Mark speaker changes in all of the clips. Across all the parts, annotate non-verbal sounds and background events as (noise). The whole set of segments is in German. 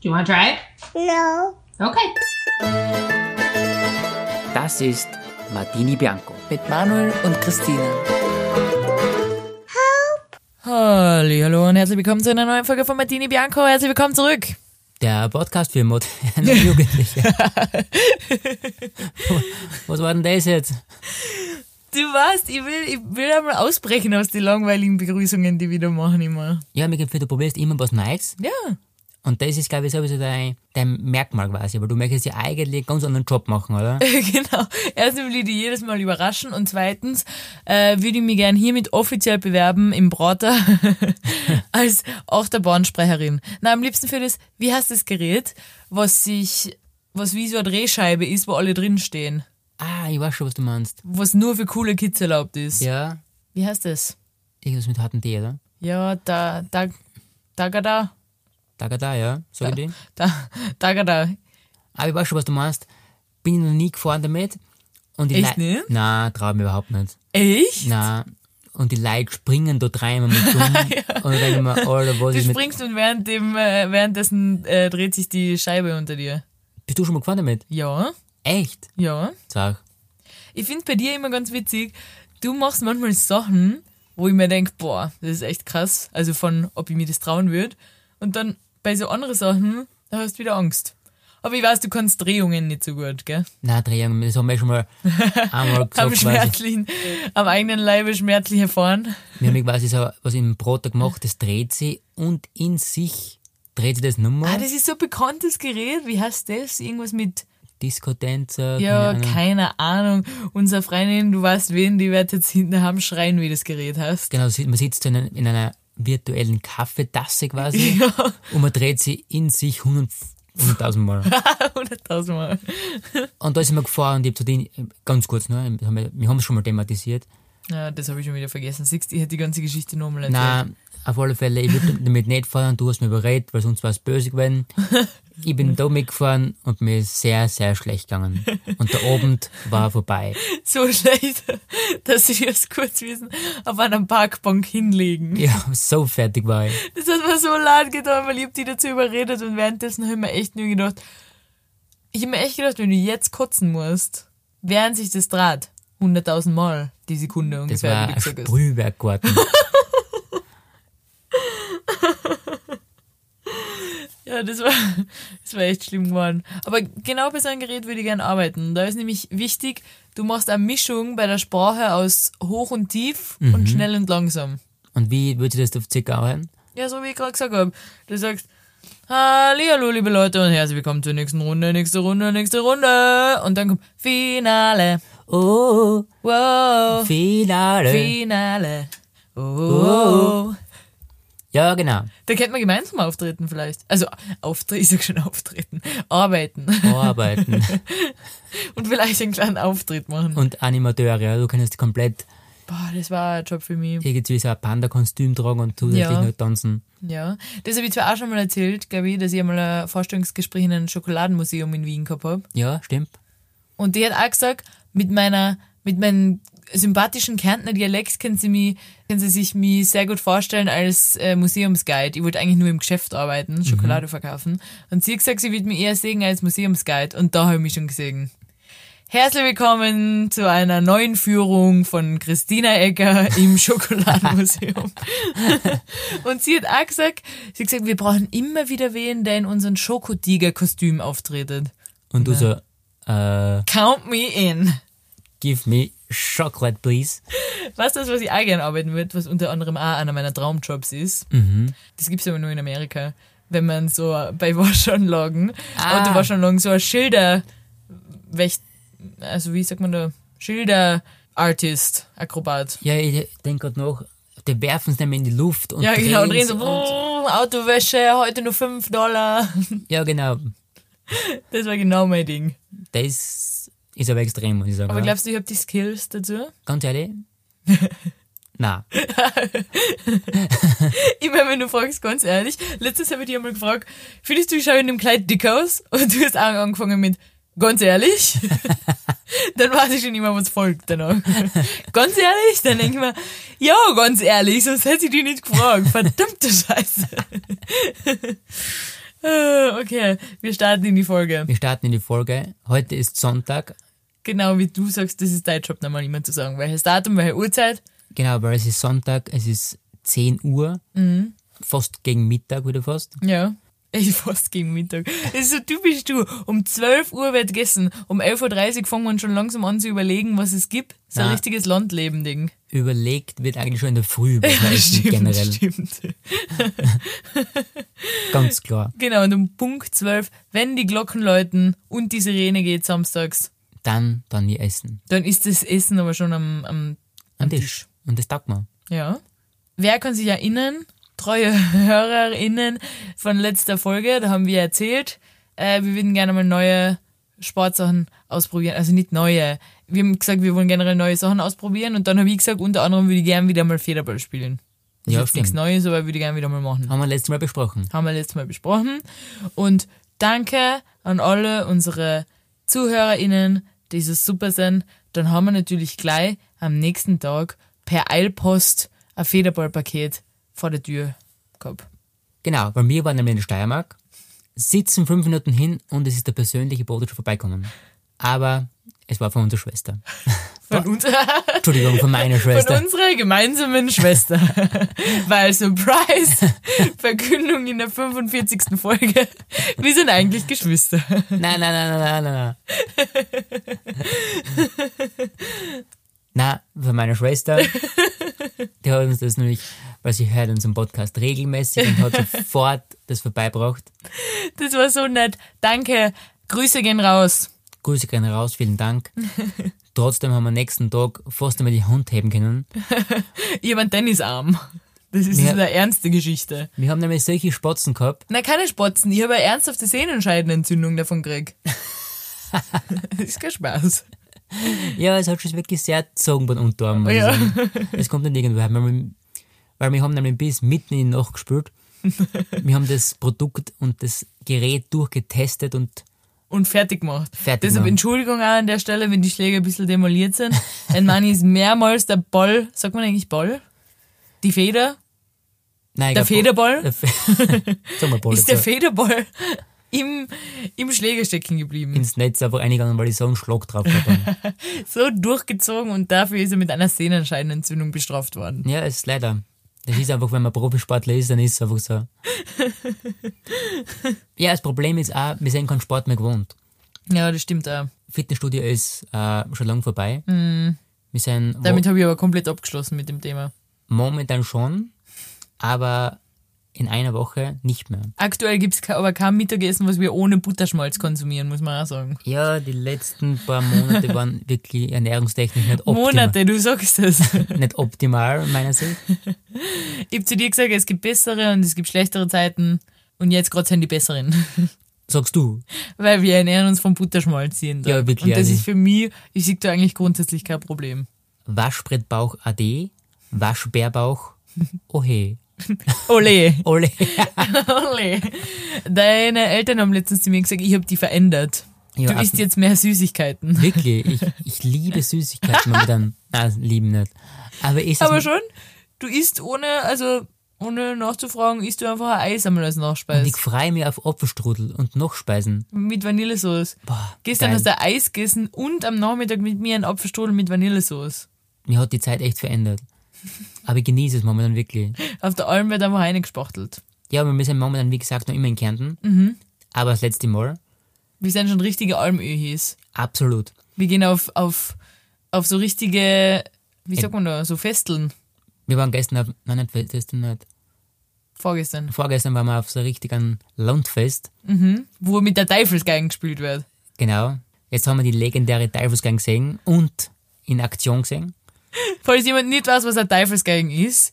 Speaker 1: Do you want to try it?
Speaker 2: No.
Speaker 1: Okay.
Speaker 3: Das ist Martini Bianco.
Speaker 4: Mit Manuel und Christine. Halli, hallo und herzlich willkommen zu einer neuen Folge von Martini Bianco. Herzlich willkommen zurück.
Speaker 3: Der Podcast für (laughs) moderne (laughs) Jugendliche. Was war denn das jetzt?
Speaker 4: Du weißt, ich will, ich will einmal ausbrechen aus den langweiligen Begrüßungen, die wir da machen immer.
Speaker 3: Ja, mir gefällt, du probierst immer was Neues.
Speaker 4: Ja.
Speaker 3: Und das ist, glaube ich, sowieso dein, dein Merkmal quasi. Aber du möchtest ja eigentlich einen ganz anderen Job machen, oder?
Speaker 4: (laughs) genau. Erstens will ich dich jedes Mal überraschen und zweitens äh, würde ich mich gern hiermit offiziell bewerben im Brotter (laughs) als Achterbahnsprecherin. Na, am liebsten für das, wie heißt das Gerät, was sich, was wie so eine Drehscheibe ist, wo alle drinstehen,
Speaker 3: Ah, ich weiß schon, was du meinst.
Speaker 4: was nur für coole Kids erlaubt ist.
Speaker 3: Ja,
Speaker 4: Wie heißt das?
Speaker 3: irgendwas mit harten T, oder?
Speaker 4: Ja, da, da, Dagada,
Speaker 3: Tagada, ja, sag ich dir.
Speaker 4: da, Dagada.
Speaker 3: Aber ich weiß schon, was du meinst. Bin ich noch nie gefahren damit. Und die
Speaker 4: Echt
Speaker 3: Lei-
Speaker 4: nicht?
Speaker 3: Nein, trau ich mir überhaupt nicht.
Speaker 4: Echt?
Speaker 3: Na, und die Leute springen dort rein mit (laughs) um. Und dann denke ich mir, Alter, was
Speaker 4: Du
Speaker 3: ist mit.
Speaker 4: springst und während dem, äh, währenddessen äh, dreht sich die Scheibe unter dir.
Speaker 3: Bist du schon mal gefahren damit?
Speaker 4: Ja,
Speaker 3: Echt?
Speaker 4: ja.
Speaker 3: Sag.
Speaker 4: Ich finde bei dir immer ganz witzig, du machst manchmal Sachen, wo ich mir denke, boah, das ist echt krass. Also von, ob ich mir das trauen würde. Und dann bei so anderen Sachen, da hast du wieder Angst. Aber ich weiß, du kannst Drehungen nicht so gut, gell?
Speaker 3: Nein, Drehung, das haben wir schon
Speaker 4: (laughs)
Speaker 3: mal einmal gesagt.
Speaker 4: Am
Speaker 3: quasi.
Speaker 4: schmerzlichen, am eigenen Leibe schmerzlich erfahren.
Speaker 3: Wir haben quasi so was im Brot gemacht, das dreht sie und in sich dreht sie das Nummer.
Speaker 4: Ah, das ist so ein bekanntes Gerät. Wie heißt das? Irgendwas mit
Speaker 3: Disco-Tänzer.
Speaker 4: Ja,
Speaker 3: keine Ahnung.
Speaker 4: keine Ahnung. Unsere Freundin, du weißt wen, die wird jetzt hinten haben schreien, wie das Gerät heißt. (laughs)
Speaker 3: Genau, sie- man sitzt in einer, in einer virtuellen Kaffeetasse quasi
Speaker 4: Ja,
Speaker 3: und man dreht sie in sich 100 100.000
Speaker 4: (laughs)
Speaker 3: Mal.
Speaker 4: 100.000 Mal.
Speaker 3: Und da ist immer gefahren und ich hab zu denen, ganz kurz, ne, wir haben ja- wir haben es schon mal thematisiert.
Speaker 4: Ja, das habe ich schon wieder vergessen. Siehst du, ich hätte die ganze Geschichte nochmal erzählt.
Speaker 3: Nein, auf alle Fälle, ich würde damit nicht fahren, du hast mich überredet, weil sonst war es böse gewesen. Ich bin da mitgefahren und mir ist sehr, sehr schlecht gegangen. Und der Abend war vorbei.
Speaker 4: (laughs) So schlecht, dass sie das kurz wissen, auf einer Parkbank hinlegen.
Speaker 3: Ja, so fertig war ich.
Speaker 4: Das hat mir so leid getan, weil ich hab die dazu überredet und währenddessen habe ich mir echt nur gedacht, ich habe mir echt gedacht, wenn du jetzt kotzen musst, während sich das draht, 100.000 Mal die Sekunde
Speaker 3: Das
Speaker 4: ungefähr,
Speaker 3: war
Speaker 4: wie
Speaker 3: ein
Speaker 4: du gesagt hast.
Speaker 3: Sprühwerkgarten.
Speaker 4: Ja, das war, (laughs) das war echt schlimm geworden. Aber genau bei so einem Gerät würde ich gerne arbeiten. Da ist nämlich wichtig, du machst eine Mischung bei der Sprache aus hoch und tief
Speaker 3: Mhm.
Speaker 4: und schnell und langsam.
Speaker 3: Und wie würde das auf circa anhören?
Speaker 4: Ja, so wie ich gerade gesagt habe. Du sagst, Hallihallo, liebe Leute und herzlich willkommen zur nächsten Runde, nächste Runde, nächste Runde. Und dann kommt Finale.
Speaker 3: Oh,
Speaker 4: Wow.
Speaker 3: Finale.
Speaker 4: Finale. Oh.
Speaker 3: Ja, genau.
Speaker 4: Da könnte man gemeinsam auftreten vielleicht. Also, auftreten, ich sag schon auftreten. Arbeiten. (laughs)
Speaker 3: Arbeiten.
Speaker 4: Und vielleicht einen kleinen Auftritt machen.
Speaker 3: Und Animateure, ja, du kannst komplett
Speaker 4: Boah, das war ein Job für mich.
Speaker 3: irgendwie so ein Panda-Kostüm tragen und zusätzlich
Speaker 4: Ja.
Speaker 3: noch tanzen.
Speaker 4: Ja. Das habe ich zwar auch schon mal erzählt, glaube ich, dass ich einmal ein Vorstellungsgespräch in einem Schokoladenmuseum in Wien gehabt habe.
Speaker 3: Ja, stimmt.
Speaker 4: Und die hat auch gesagt, mit meiner, mit meinem sympathischen Kärntner Dialekt können sie mich, können sie sich mich sehr gut vorstellen als äh, Museumsguide. Ich wollte eigentlich nur im Geschäft arbeiten, Schokolade verkaufen. Und sie hat gesagt, sie wird mich eher sehen als Museumsguide. Und da habe ich mich schon gesehen. Herzlich willkommen zu einer neuen Führung von Christina Ecker im Schokoladenmuseum. Und sie hat auch gesagt, sie hat gesagt, wir brauchen immer wieder wen, der in unseren Schokotiger-Kostüm auftritt.
Speaker 3: Und du so, äh,
Speaker 4: Count me in.
Speaker 3: give me chocolate, please.
Speaker 4: Was das, was ich auch gerne arbeiten würde, was unter anderem auch einer meiner Traumjobs ist,
Speaker 3: Mhm.
Speaker 4: das gibt's aber nur in Amerika, wenn man so bei Waschanlagen,
Speaker 3: Ah.
Speaker 4: Autowaschanlagen, so ein Schilder, welch, also wie sagt man da, Schilder-Artist, Akrobat.
Speaker 3: Ja, ich denke gerade noch, die werfen es nämlich in die Luft. Und
Speaker 4: Ja, genau, und reden
Speaker 3: drehen's
Speaker 4: so, "Wuh, Autowäsche, heute nur 5 Dollar.
Speaker 3: Ja, genau.
Speaker 4: Das war genau mein Ding.
Speaker 3: Das ist aber extrem, muss ich sagen.
Speaker 4: Aber
Speaker 3: oder?
Speaker 4: glaubst du, ich habe die Skills dazu?
Speaker 3: Ganz
Speaker 4: (laughs)
Speaker 3: ehrlich? Na,
Speaker 4: Immer wenn du fragst, ganz ehrlich, letztes habe ich dich einmal gefragt, findest du, ich schaue in dem Kleid dick aus? Und du hast auch angefangen mit, ganz ehrlich? dann weiß ich schon immer, was folgt danach. ganz ehrlich? Dann denke ich mir, ja, ganz ehrlich, sonst hätte ich dich nicht gefragt. Verdammte Scheiße. Äh, Okay, wir starten in die Folge.
Speaker 3: Wir starten in die Folge. Heute ist Sonntag.
Speaker 4: Genau wie du sagst, das ist dein Job, nochmal jemand zu sagen. Welches Datum, welche Uhrzeit?
Speaker 3: Genau, weil es ist Sonntag, es ist 10 Uhr.
Speaker 4: Mhm.
Speaker 3: Fast gegen Mittag wieder fast.
Speaker 4: Ja. Ich fast gegen Mittag. Das ist so typisch du. Um 12 Uhr wird gegessen. Um 11.30 Uhr fangen wir schon langsam an zu überlegen, was es gibt. So ein
Speaker 3: Na.
Speaker 4: richtiges Landleben-Ding.
Speaker 3: Überlegt wird eigentlich schon in der Früh
Speaker 4: (laughs)
Speaker 3: über das Essen generell.
Speaker 4: stimmt.
Speaker 3: Ganz klar.
Speaker 4: Genau, und um Punkt 12, wenn die Glocken läuten und die Sirene geht samstags,
Speaker 3: Dann, dann wir essen.
Speaker 4: dann ist das Essen aber schon am, am,
Speaker 3: Am
Speaker 4: am
Speaker 3: Tisch.
Speaker 4: Tisch.
Speaker 3: Und das taugt man.
Speaker 4: Ja. Wer kann sich erinnern? Treue (laughs) HörerInnen von letzter Folge, da haben wir erzählt, äh, wir würden gerne mal neue Sportsachen ausprobieren. Also nicht neue. Wir haben gesagt, wir wollen generell neue Sachen ausprobieren und dann habe ich gesagt, unter anderem würde ich gerne wieder mal Federball spielen. Das
Speaker 3: Ja,
Speaker 4: ist jetzt nichts
Speaker 3: stimmt.
Speaker 4: Neues, aber würde ich gerne wieder mal machen.
Speaker 3: Haben wir letztes Mal besprochen.
Speaker 4: haben wir letztes Mal besprochen. Und danke an alle unsere ZuhörerInnen, die so super sind. Dann haben wir natürlich gleich am nächsten Tag per Eilpost ein Federballpaket vor der Tür gehabt.
Speaker 3: Genau, bei mir waren nämlich in der Steiermark, sitzen fünf Minuten hin und es ist der persönliche Bote schon vorbeikommen. Aber es war von unserer Schwester.
Speaker 4: Von, unserer,
Speaker 3: Entschuldigung, von meiner
Speaker 4: von
Speaker 3: Schwester.
Speaker 4: unserer gemeinsamen Schwester. Weil Surprise, Verkündung in der 45. Folge. Wir sind eigentlich Geschwister.
Speaker 3: Nein, nein, nein, nein, nein, nein. Na, von meiner Schwester. Die hat uns das nämlich, weil sie hört unseren Podcast regelmäßig und hat sofort das vorbeibracht.
Speaker 4: Das war so nett. Danke. Grüße gehen raus.
Speaker 3: Grüße gerne raus, vielen Dank. Trotzdem haben wir am nächsten Tag fast einmal die Hand heben können.
Speaker 4: jemand Tennisarm. Das ist
Speaker 3: Ja.
Speaker 4: eine ernste Geschichte.
Speaker 3: Wir haben nämlich solche Spatzen gehabt.
Speaker 4: Na, keine Spotzen. Ich habe eine ernsthafte Sehnenscheidenentzündung davon gekriegt. (laughs) das ist kein Spaß.
Speaker 3: Ja, es hat schon wirklich sehr gezogen bei den Unterarmen. muss ich
Speaker 4: Ja.
Speaker 3: sagen. Es kommt nicht irgendwo her, weil wir, weil wir haben nämlich bis mitten in die Nacht gespielt. Wir haben das Produkt und das Gerät durchgetestet und
Speaker 4: Und fertig gemacht.
Speaker 3: Fertig
Speaker 4: Deshalb
Speaker 3: gemacht.
Speaker 4: Entschuldigung auch an der Stelle, wenn die Schläge ein bisschen
Speaker 3: (laughs)
Speaker 4: demoliert sind. Ein Mann ist mehrmals der Ball, sagt man eigentlich Ball? Die Feder?
Speaker 3: nein,
Speaker 4: Der
Speaker 3: ich glaub, (laughs)
Speaker 4: Federball?
Speaker 3: Der Fe- Sag mal, Ball
Speaker 4: Ist der
Speaker 3: dazu.
Speaker 4: Federball (laughs) im, im Schläger stecken geblieben.
Speaker 3: ins Netz einfach eingegangen, weil ich so einen Schlag drauf gehabt habe.
Speaker 4: So durchgezogen und dafür ist er mit einer Sehnenscheidenentzündung bestraft worden.
Speaker 3: Ja, es ist leider. Das ist einfach, wenn man Profisportler ist, dann ist es einfach so. Ja, das Problem ist auch, wir sind keinen Sport mehr gewohnt.
Speaker 4: Ja, das stimmt auch.
Speaker 3: Fitnessstudio ist äh, schon lange vorbei.
Speaker 4: Mhm.
Speaker 3: Wir sind wo-
Speaker 4: Damit habe ich aber komplett abgeschlossen mit dem Thema.
Speaker 3: Momentan schon, aber in einer Woche nicht mehr.
Speaker 4: Aktuell gibt's ke- aber kein Mittagessen, was wir ohne Butterschmalz konsumieren, muss man auch sagen.
Speaker 3: Ja, die letzten paar Monate (laughs) waren wirklich ernährungstechnisch nicht optimal.
Speaker 4: Monate, du sagst es. (laughs)
Speaker 3: Nicht optimal, meiner Sicht.
Speaker 4: ich hab zu dir gesagt, es gibt bessere und es gibt schlechtere Zeiten. Und jetzt gerade sind die besseren. (laughs)
Speaker 3: Sagst du?
Speaker 4: Weil wir ernähren uns vom Butterschmalz jeden Tag.
Speaker 3: Ja, wirklich,
Speaker 4: Und das
Speaker 3: also-
Speaker 4: ist für mich, ich sehe da eigentlich grundsätzlich kein Problem.
Speaker 3: Waschbrettbauch AD, (laughs) Waschbärbauch, oh ohe, (laughs)
Speaker 4: Ole,
Speaker 3: ole.
Speaker 4: ole. Deine Eltern haben letztens zu mir gesagt, ich hab die verändert.
Speaker 3: Ja,
Speaker 4: du isst jetzt mehr Süßigkeiten.
Speaker 3: Wirklich, (laughs) ich, ich liebe Süßigkeiten momentan. Nein, lieben nicht. Aber ist
Speaker 4: Aber
Speaker 3: es
Speaker 4: schon, du isst ohne, also ohne nachzufragen, isst du einfach ein Eis einmal als Nachspeise.
Speaker 3: ich freue mich auf Apfelstrudel und noch Speisen.
Speaker 4: mit Vanillesauce.
Speaker 3: Boah,
Speaker 4: Gestern
Speaker 3: geil.
Speaker 4: hast du Eis gegessen und am Nachmittag mit mir einen Apfelstrudel mit Vanillesauce.
Speaker 3: Mir hat die Zeit echt verändert. Aber ich genieße es momentan wirklich.
Speaker 4: Auf der Alm wird einfach reingespachtelt.
Speaker 3: Ja, aber wir sind momentan, wie gesagt, noch immer in Kärnten.
Speaker 4: Mhm.
Speaker 3: Aber das letzte Mal,
Speaker 4: Wir sind schon richtige Almöhis.
Speaker 3: absolut.
Speaker 4: Wir gehen auf, auf, auf so richtige, wie sagt man da, so Festeln.
Speaker 3: Wir waren gestern auf, nein, nicht, fe- gestern nicht.
Speaker 4: Vorgestern.
Speaker 3: Vorgestern waren wir auf so einem richtigen Landfest.
Speaker 4: Wo mit der Teufelsgeigen gespielt wird.
Speaker 3: Genau. Jetzt haben wir die legendäre Teufelsgang gesehen und in Aktion gesehen.
Speaker 4: Falls jemand nicht weiß, was eine Teufelsgeigen ist,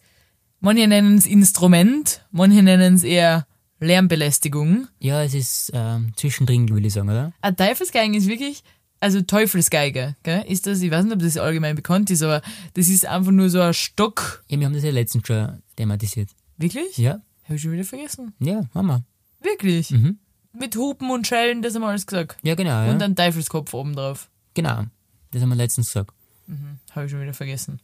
Speaker 4: manche nennen es Instrument, manche nennen es eher Lärmbelästigung.
Speaker 3: Ja, es ist ähm, zwischendrin, würde ich sagen, oder?
Speaker 4: Eine Teufelsgeige ist wirklich, also Teufelsgeige, gell? Ist das, ich weiß nicht, ob das allgemein bekannt ist, aber das ist einfach nur so ein Stock.
Speaker 3: Ja, wir haben das ja letztens schon thematisiert.
Speaker 4: Wirklich?
Speaker 3: Ja,
Speaker 4: Habe ich schon wieder vergessen.
Speaker 3: ja, haben wir.
Speaker 4: Wirklich? Mit Hupen und Schellen, das haben wir alles gesagt.
Speaker 3: Mhm. Ja, genau. Ja.
Speaker 4: Und einen Teufelskopf oben drauf.
Speaker 3: genau. Das haben wir letztens gesagt.
Speaker 4: Habe ich schon wieder vergessen.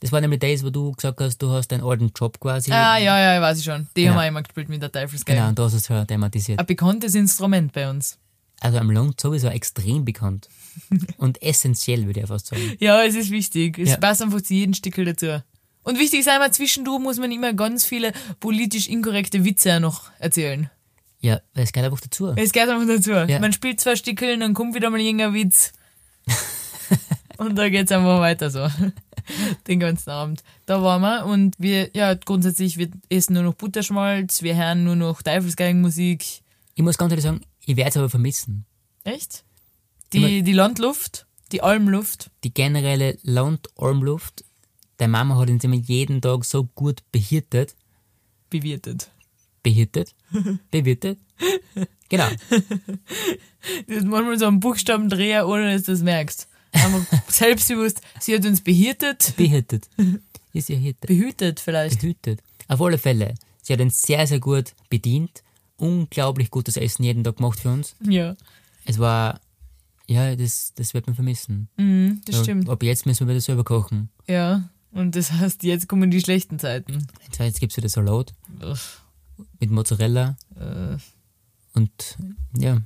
Speaker 3: Das waren nämlich Days, wo du gesagt hast, du hast einen alten Job quasi.
Speaker 4: Ah, ja, ja, weiß ich schon. Die
Speaker 3: Genau.
Speaker 4: haben wir immer gespielt mit der Teufelsgeige.
Speaker 3: Genau, und du hast es ja thematisiert.
Speaker 4: Ein bekanntes Instrument bei uns.
Speaker 3: Also am Land sowieso extrem
Speaker 4: (laughs)
Speaker 3: bekannt. Und essentiell, würde ich fast sagen.
Speaker 4: Ja, es ist wichtig. Es
Speaker 3: Ja.
Speaker 4: passt einfach zu jedem Stickel dazu. Und wichtig ist einmal, zwischendurch muss man immer ganz viele politisch inkorrekte Witze auch noch erzählen.
Speaker 3: Ja, weil es gehört einfach dazu.
Speaker 4: Es geht einfach dazu. Man spielt zwei Stickeln, dann kommt wieder mal
Speaker 3: (laughs)
Speaker 4: irgendein Witz. und da geht's einfach weiter so. Den ganzen Abend. Da waren wir und wir, ja, grundsätzlich, wir essen nur noch Butterschmalz, wir hören nur noch Teufelsgeigenmusik.
Speaker 3: Ich muss ganz ehrlich sagen, ich werde es aber vermissen.
Speaker 4: Echt? Die, die Landluft, die Almluft.
Speaker 3: Die generelle Landormluft, der Mama hat uns immer jeden Tag so gut behirtet.
Speaker 4: bewirtet. (laughs)
Speaker 3: Behirtet? Bewirtet? Genau.
Speaker 4: Das ist manchmal so ein Buchstabendreher, ohne dass du das merkst.
Speaker 3: (laughs)
Speaker 4: Einfach selbstbewusst, sie hat uns behirtet,
Speaker 3: Behirtet. Ist ja Hirte.
Speaker 4: behütet vielleicht.
Speaker 3: Behütet. Auf alle Fälle. Sie hat uns sehr, sehr gut bedient. Unglaublich gutes Essen jeden Tag gemacht für uns.
Speaker 4: Ja,
Speaker 3: Es war, ja, das, das wird man vermissen.
Speaker 4: mhm, das
Speaker 3: Ja,
Speaker 4: stimmt.
Speaker 3: Ab jetzt müssen wir wieder selber kochen.
Speaker 4: Ja, und das heißt, jetzt kommen die schlechten Zeiten.
Speaker 3: Jetzt, jetzt gibt es wieder Salat
Speaker 4: Uff,
Speaker 3: mit Mozzarella
Speaker 4: äh,
Speaker 3: und ja,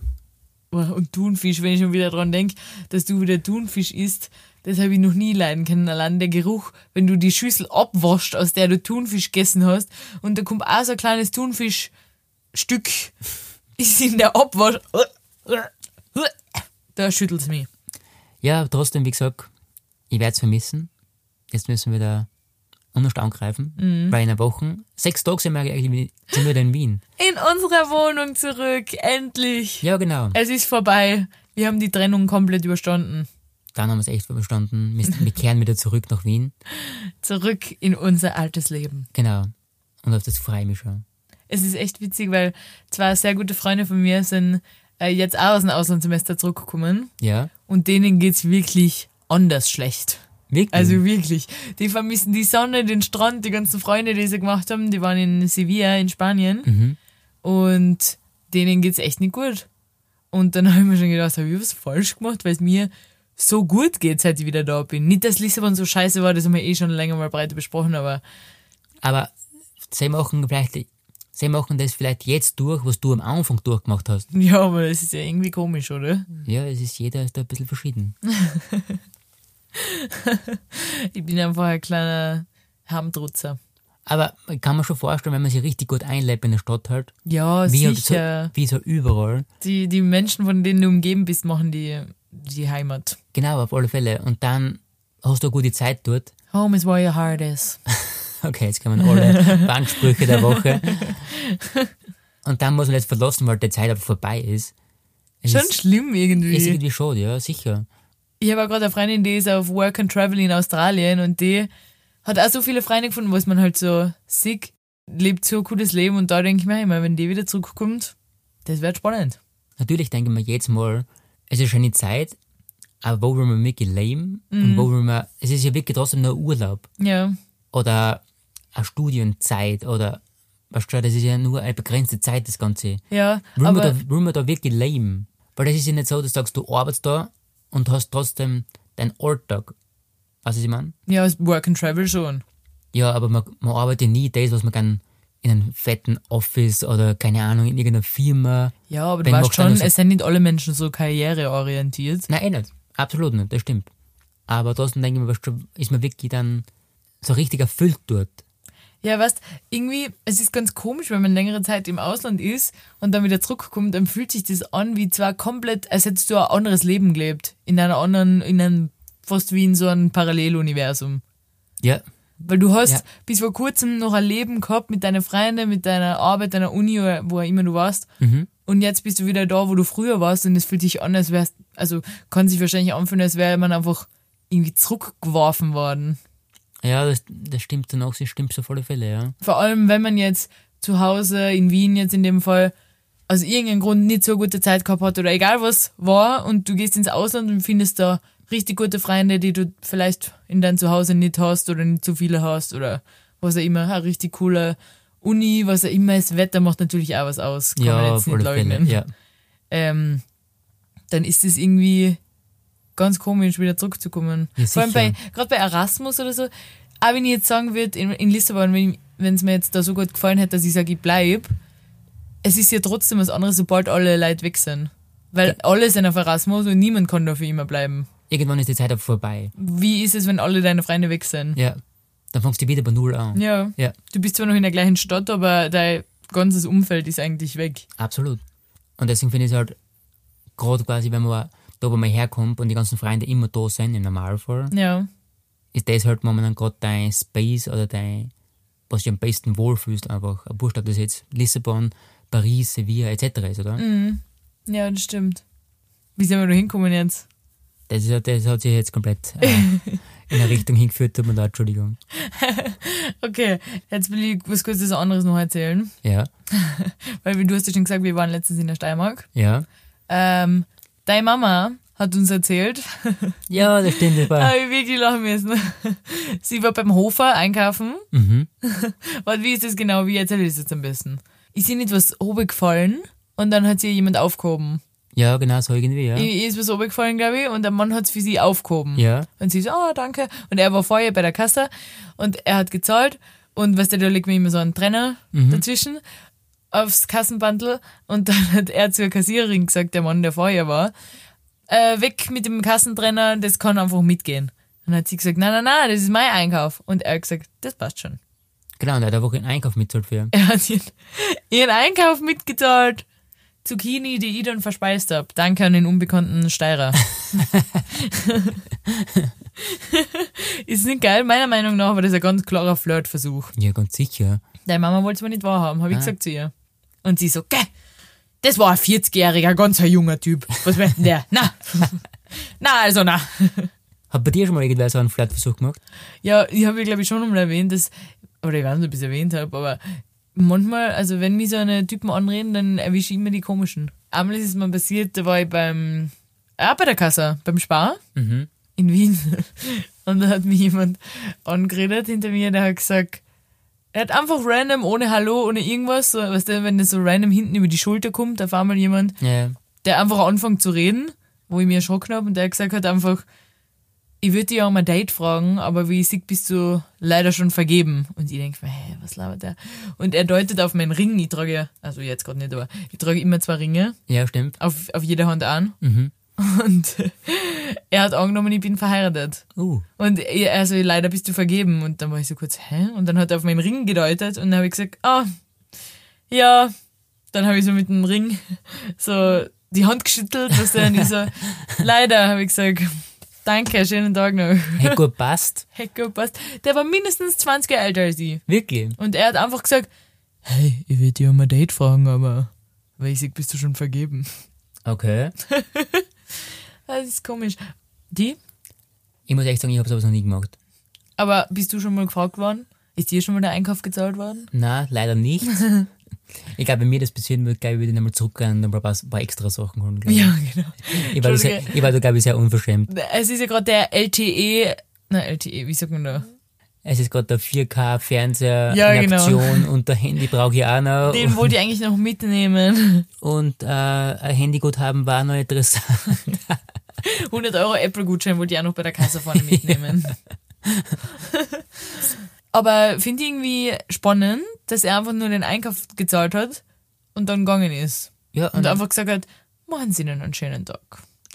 Speaker 4: boah, Und Thunfisch, wenn ich schon wieder dran denke, dass du wieder Thunfisch isst, das habe ich noch nie leiden können. Allein der Geruch, wenn du die Schüssel abwaschst, aus der du Thunfisch gegessen hast, und da kommt auch so ein kleines Thunfischstück, (laughs) ist in der Abwasch. (laughs) Da schüttelt's mich.
Speaker 3: Ja, trotzdem, wie gesagt, ich werde es vermissen. Jetzt müssen wir da anders angreifen, weil in einer Woche, sechs Tage sind wir, eigentlich- sind wir wieder in Wien.
Speaker 4: in unserer Wohnung zurück, endlich.
Speaker 3: Ja, genau.
Speaker 4: Es ist vorbei. Wir haben die Trennung komplett überstanden.
Speaker 3: Dann haben wir es echt verstanden. Wir, wir kehren wieder zurück nach Wien.
Speaker 4: Zurück in unser altes Leben.
Speaker 3: Genau. Und auf das freue ich mich schon.
Speaker 4: Es ist echt witzig, weil zwei sehr gute Freunde von mir sind äh, jetzt auch aus dem Auslandssemester zurückgekommen
Speaker 3: Ja,
Speaker 4: und denen geht's wirklich anders schlecht.
Speaker 3: wirklich.
Speaker 4: Also wirklich. Die vermissen die Sonne, den Strand, die ganzen Freunde, die sie gemacht haben. Die waren in Sevilla, in Spanien.
Speaker 3: Mhm.
Speaker 4: Und denen geht's echt nicht gut. Und dann (laughs) habe ich mir schon gedacht, habe ich was falsch gemacht, weil es mir so gut geht, seit ich wieder da bin. Nicht, dass Lissabon so scheiße war, das haben wir eh schon länger mal breit besprochen, aber (laughs)
Speaker 3: Aber sie machen, vielleicht, sie machen das vielleicht jetzt durch, was du am Anfang durchgemacht hast.
Speaker 4: ja, aber das ist ja irgendwie komisch, oder?
Speaker 3: Ja, es ist jeder ist da ein bisschen verschieden.
Speaker 4: Ich bin einfach ein kleiner Hamdrutzer.
Speaker 3: Aber kann man schon vorstellen, wenn man sich richtig gut einlebt in der Stadt halt,
Speaker 4: Ja,
Speaker 3: wie, halt so,
Speaker 4: sicher.
Speaker 3: wie so überall,
Speaker 4: Die, die Menschen, von denen du umgeben bist, machen die, die Heimat.
Speaker 3: Genau, auf alle Fälle. Und dann hast du eine gute Zeit dort.
Speaker 4: Home is where your heart is.
Speaker 3: Okay, jetzt kommen alle Bandsprüche der Woche. Und dann muss man jetzt verlassen, weil die Zeit einfach vorbei ist. Es
Speaker 4: Schon
Speaker 3: ist,
Speaker 4: schlimm irgendwie.
Speaker 3: ist irgendwie schade, ja, sicher.
Speaker 4: ich habe auch gerade eine Freundin, die ist auf Work and Travel in Australien und die hat auch so viele Freunde gefunden, was man halt so sick lebt, so ein cooles Leben und da denke ich mir immer, wenn die wieder zurückkommt, das wird spannend.
Speaker 3: Natürlich denke ich mir jedes Mal, es ist eine schöne Zeit, aber wo will man wirklich leben? Und wo will man, es ist ja wirklich trotzdem nur Urlaub
Speaker 4: Ja,
Speaker 3: oder eine Studienzeit oder, weißt du, schon, das ist ja nur eine begrenzte Zeit, das Ganze.
Speaker 4: ja,
Speaker 3: Will man,
Speaker 4: aber
Speaker 3: da, will man da wirklich leben? Weil das ist ja nicht so, dass du sagst, du arbeitest da und hast trotzdem deinen Alltag. Weißt du, was ich meine?
Speaker 4: ja, das Work and Travel schon.
Speaker 3: Ja, aber man, man arbeitet ja nie das, was man gern in einem fetten Office oder keine Ahnung, in irgendeiner Firma.
Speaker 4: Ja, aber du
Speaker 3: Wenn
Speaker 4: weißt
Speaker 3: macht einer
Speaker 4: schon,
Speaker 3: so-
Speaker 4: es sind nicht alle Menschen so karriereorientiert.
Speaker 3: Nein, eh nicht. Absolut nicht, das stimmt. Aber trotzdem denke ich mir, weißt du, ist man wirklich dann so richtig erfüllt dort.
Speaker 4: Ja, weißt, irgendwie, es ist ganz komisch, wenn man längere Zeit im Ausland ist und dann wieder zurückkommt, dann fühlt sich das an wie zwar komplett, als hättest du ein anderes Leben gelebt. In einer anderen, in einem, fast wie in so einem Paralleluniversum.
Speaker 3: Ja,
Speaker 4: Weil du hast
Speaker 3: Ja.
Speaker 4: bis vor kurzem noch ein Leben gehabt mit deinen Freunden, mit deiner Arbeit, deiner Uni oder wo auch immer du warst. Und jetzt bist du wieder da, wo du früher warst und es fühlt sich an, als wärst, also kann sich wahrscheinlich anfühlen, als wäre man einfach irgendwie zurückgeworfen worden.
Speaker 3: ja das, das stimmt dann auch, das stimmt auf alle Fälle, ja.
Speaker 4: Vor allem, wenn man jetzt zu Hause in Wien jetzt in dem Fall aus irgendeinem Grund nicht so gute Zeit gehabt hat oder egal was war und du gehst ins Ausland und findest da richtig gute Freunde, die du vielleicht in deinem Zuhause nicht hast oder nicht so viele hast oder was auch immer, eine richtig coole Uni, was auch immer, das Wetter macht natürlich auch was aus, kann
Speaker 3: ja,
Speaker 4: man jetzt nicht leugnen.
Speaker 3: Ja.
Speaker 4: Ähm, dann ist es irgendwie ganz komisch, wieder zurückzukommen.
Speaker 3: Ja,
Speaker 4: Vor allem
Speaker 3: sicher.
Speaker 4: bei, gerade bei Erasmus oder so, auch wenn ich jetzt sagen würde, in, in Lissabon, wenn ich- wenn es mir jetzt da so gut gefallen hätte, dass ich sage, ich bleib, es ist ja trotzdem was anderes, sobald alle Leute weg sind. Weil alle sind auf Erasmus und niemand kann da für immer bleiben.
Speaker 3: Irgendwann ist die Zeit aber vorbei.
Speaker 4: Wie ist es, wenn alle deine Freunde weg sind?
Speaker 3: Ja. Dann fängst du wieder bei Null an.
Speaker 4: Ja.
Speaker 3: Ja.
Speaker 4: Du bist zwar noch in der gleichen Stadt, aber dein ganzes Umfeld ist eigentlich weg.
Speaker 3: Absolut. Und deswegen finde ich es halt gerade quasi, wenn man da, wo man herkommt und die ganzen Freunde immer da sind, im Normalfall,
Speaker 4: Ja.
Speaker 3: ist das halt momentan gerade dein Space oder dein, was du am besten wohlfühlst einfach. Wurscht, ob das jetzt Lissabon, Paris, Sevilla etc. ist, oder?
Speaker 4: Ja, das stimmt. Wie sind wir da hinkommen jetzt?
Speaker 3: Das, ist, ja- das hat sich jetzt komplett äh, in eine Richtung hingeführt, tut mir leid, Entschuldigung.
Speaker 4: Okay, jetzt will ich was kurzes anderes noch erzählen.
Speaker 3: Ja,
Speaker 4: Weil wie du hast ja schon gesagt, wir waren letztens in der Steiermark.
Speaker 3: ja.
Speaker 4: Ähm, deine Mama hat uns erzählt, (laughs)
Speaker 3: Ja, das stimmt, das war.
Speaker 4: habe ich wirklich lachen müssen. Sie war beim Hofer einkaufen.
Speaker 3: Mhm.
Speaker 4: Und wie ist das genau? Wie erzähle ich das jetzt am besten? Ist ihr nicht was runtergefallen und dann hat sie jemand aufgehoben.
Speaker 3: Ja, genau so irgendwie, ja.
Speaker 4: Ihr ist was runtergefallen, glaube ich, und der Mann hat es für sie aufgehoben.
Speaker 3: Ja,
Speaker 4: Und sie so, ah, danke. Und er war vorher bei der Kasse und er hat gezahlt. Und weißt du, da liegt mir immer so ein Trenner dazwischen aufs Kassenbandel. Und dann hat er zur Kassiererin gesagt, der Mann, der vorher war, äh, weg mit dem Kassentrenner, das kann einfach mitgehen. Und hat sie gesagt, nein, nein, nein, das ist mein Einkauf. Und er hat gesagt, das passt schon.
Speaker 3: genau, und er hat einfach einen Einkauf mitzahlt für.
Speaker 4: Er hat ihren, ihren Einkauf mitgeteilt. Zucchini, die ich dann verspeist habe. Danke an den unbekannten Steirer. ist nicht geil, meiner Meinung nach, aber das ist ein ganz klarer Flirtversuch.
Speaker 3: Ja, ganz sicher.
Speaker 4: Deine Mama wollte es mir nicht wahrhaben, habe ich gesagt zu ihr. Und sie so, gell, das war ein 40-jähriger, ganz ein junger Typ. Was meint denn der? Na, (laughs) na, also na.
Speaker 3: Hat bei dir schon mal irgendwer so einen Flirtversuch gemacht?
Speaker 4: Ja, ich habe ja, glaube ich, schon einmal erwähnt, dass, oder ich weiß nicht, ob ich es erwähnt habe, aber manchmal, also wenn mich so eine Typen anreden, dann erwische ich immer die komischen. Einmal ist es mal passiert, da war ich beim, ah, bei der Kasse, beim Spar
Speaker 3: Mhm.
Speaker 4: in Wien. (laughs) Und da hat mich jemand angeredet hinter mir, der hat gesagt, er hat einfach random, ohne Hallo, ohne irgendwas, so, weißt du, wenn das so random hinten über die Schulter kommt, auf einmal jemand,
Speaker 3: Ja,
Speaker 4: der einfach anfängt zu reden, wo ich mir erschrocken habe und der gesagt hat einfach, ich würde dich auch mal ein Date fragen, aber wie ich sieg, bist du leider schon vergeben. Und ich denke mir, hä, was labert der? Und er deutet auf meinen Ring, ich trage, ja- also jetzt gerade nicht, aber ich trage immer zwei Ringe
Speaker 3: ja, stimmt.
Speaker 4: auf, auf jeder Hand an. (laughs)
Speaker 3: Mhm.
Speaker 4: Und er hat angenommen, ich bin verheiratet.
Speaker 3: Uh,
Speaker 4: Und er also leider bist du vergeben. Und dann war ich so kurz, hä? Und dann hat er auf meinen Ring gedeutet und dann habe ich gesagt, ah, ja. Dann habe ich so mit dem Ring so die Hand geschüttelt, was dann ich so, leider, habe ich gesagt, danke, schönen Tag noch.
Speaker 3: hey,
Speaker 4: (laughs)
Speaker 3: gut passt.
Speaker 4: Hecker passt. Der war mindestens 20 Jahre älter als ich.
Speaker 3: Wirklich?
Speaker 4: Und er hat einfach gesagt, hey, ich will dir um ein Date fragen, aber weil ich sag, bist du schon vergeben.
Speaker 3: Okay.
Speaker 4: Das ist komisch. Die?
Speaker 3: Ich muss echt sagen, ich habe sowas noch nie gemacht.
Speaker 4: Aber bist du schon mal gefragt worden? Ist dir schon mal der Einkauf gezahlt worden?
Speaker 3: Na, leider
Speaker 4: (laughs)
Speaker 3: nicht. ich glaube, wenn mir das passieren würde, glaube ich, würde ich nochmal zurückgehen und ein paar, paar extra Sachen holen. glaub Ich.
Speaker 4: genau.
Speaker 3: Ich war, da sehr, ich war da, glaube ich, sehr unverschämt.
Speaker 4: Es ist ja gerade der LTE, na LTE, wie sagt man da?
Speaker 3: Es ist gerade der 4K-Fernseher
Speaker 4: Ja,
Speaker 3: in
Speaker 4: genau.
Speaker 3: Aktion und der Handy brauche ich auch noch.
Speaker 4: Den wollte ich eigentlich noch mitnehmen.
Speaker 3: (laughs)
Speaker 4: (laughs)
Speaker 3: und äh, ein Handyguthaben war noch interessant.
Speaker 4: 100 Euro Apple-Gutschein wollte ich auch noch bei der Kasse vorne mitnehmen. Aber finde ich irgendwie spannend, dass er einfach nur den Einkauf gezahlt hat und dann gegangen ist.
Speaker 3: (laughs) Ja,
Speaker 4: Und
Speaker 3: und
Speaker 4: einfach gesagt hat, machen Sie Ihnen einen schönen Tag.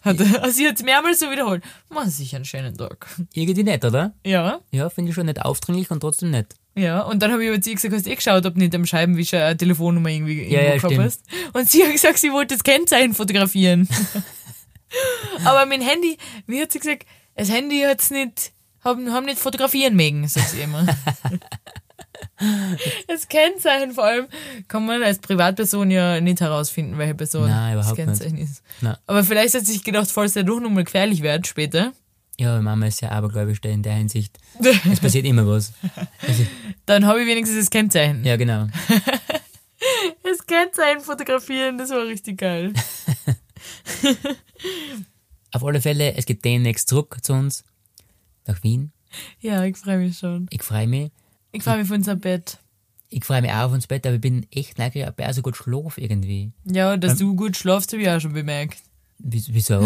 Speaker 4: Hat, also (laughs) sie hat es mehrmals so wiederholt. Machen Sie sich einen schönen Tag.
Speaker 3: irgendwie nett, oder?
Speaker 4: Ja,
Speaker 3: Ja, finde ich schon nicht aufdringlich und trotzdem nett.
Speaker 4: Ja, und dann habe ich aber zu ihr gesagt, hast du eh geschaut, ob nicht am Scheibenwischer eine Telefonnummer irgendwie irgendwo
Speaker 3: Ja, ja,
Speaker 4: gehabt
Speaker 3: stimmt.
Speaker 4: hast. Und sie hat gesagt, sie wollte das
Speaker 3: (laughs)
Speaker 4: Kennzeichen fotografieren. aber mein Handy, wie hat sie gesagt, das Handy hat's nicht, haben, haben nicht fotografieren mögen, sagt
Speaker 3: (laughs)
Speaker 4: sie immer. das Kennzeichen vor allem kann man als Privatperson ja nicht herausfinden, welche Person
Speaker 3: Nein,
Speaker 4: das
Speaker 3: überhaupt nicht.
Speaker 4: Kennzeichen ist.
Speaker 3: Nein.
Speaker 4: Aber vielleicht hat sie sich gedacht, falls der doch nochmal gefährlich wird später, (laughs)
Speaker 3: Ja, meine Mama ist ja abergläubisch da in der Hinsicht. Es passiert immer was.
Speaker 4: dann habe ich wenigstens das Kennzeichen.
Speaker 3: Ja, genau.
Speaker 4: Das Kennzeichen fotografieren, das war richtig geil.
Speaker 3: Auf alle Fälle, es geht demnächst zurück zu uns nach Wien.
Speaker 4: (laughs) Ja, ich freue mich schon.
Speaker 3: Ich freue mich.
Speaker 4: Ich freue mich auf unser Bett.
Speaker 3: Ich freue mich auch auf ins Bett, aber ich bin echt neugierig, ob er so gut schlaft irgendwie.
Speaker 4: Ja, dass du gut schlafst, habe ich auch schon bemerkt.
Speaker 3: Wies- Wieso?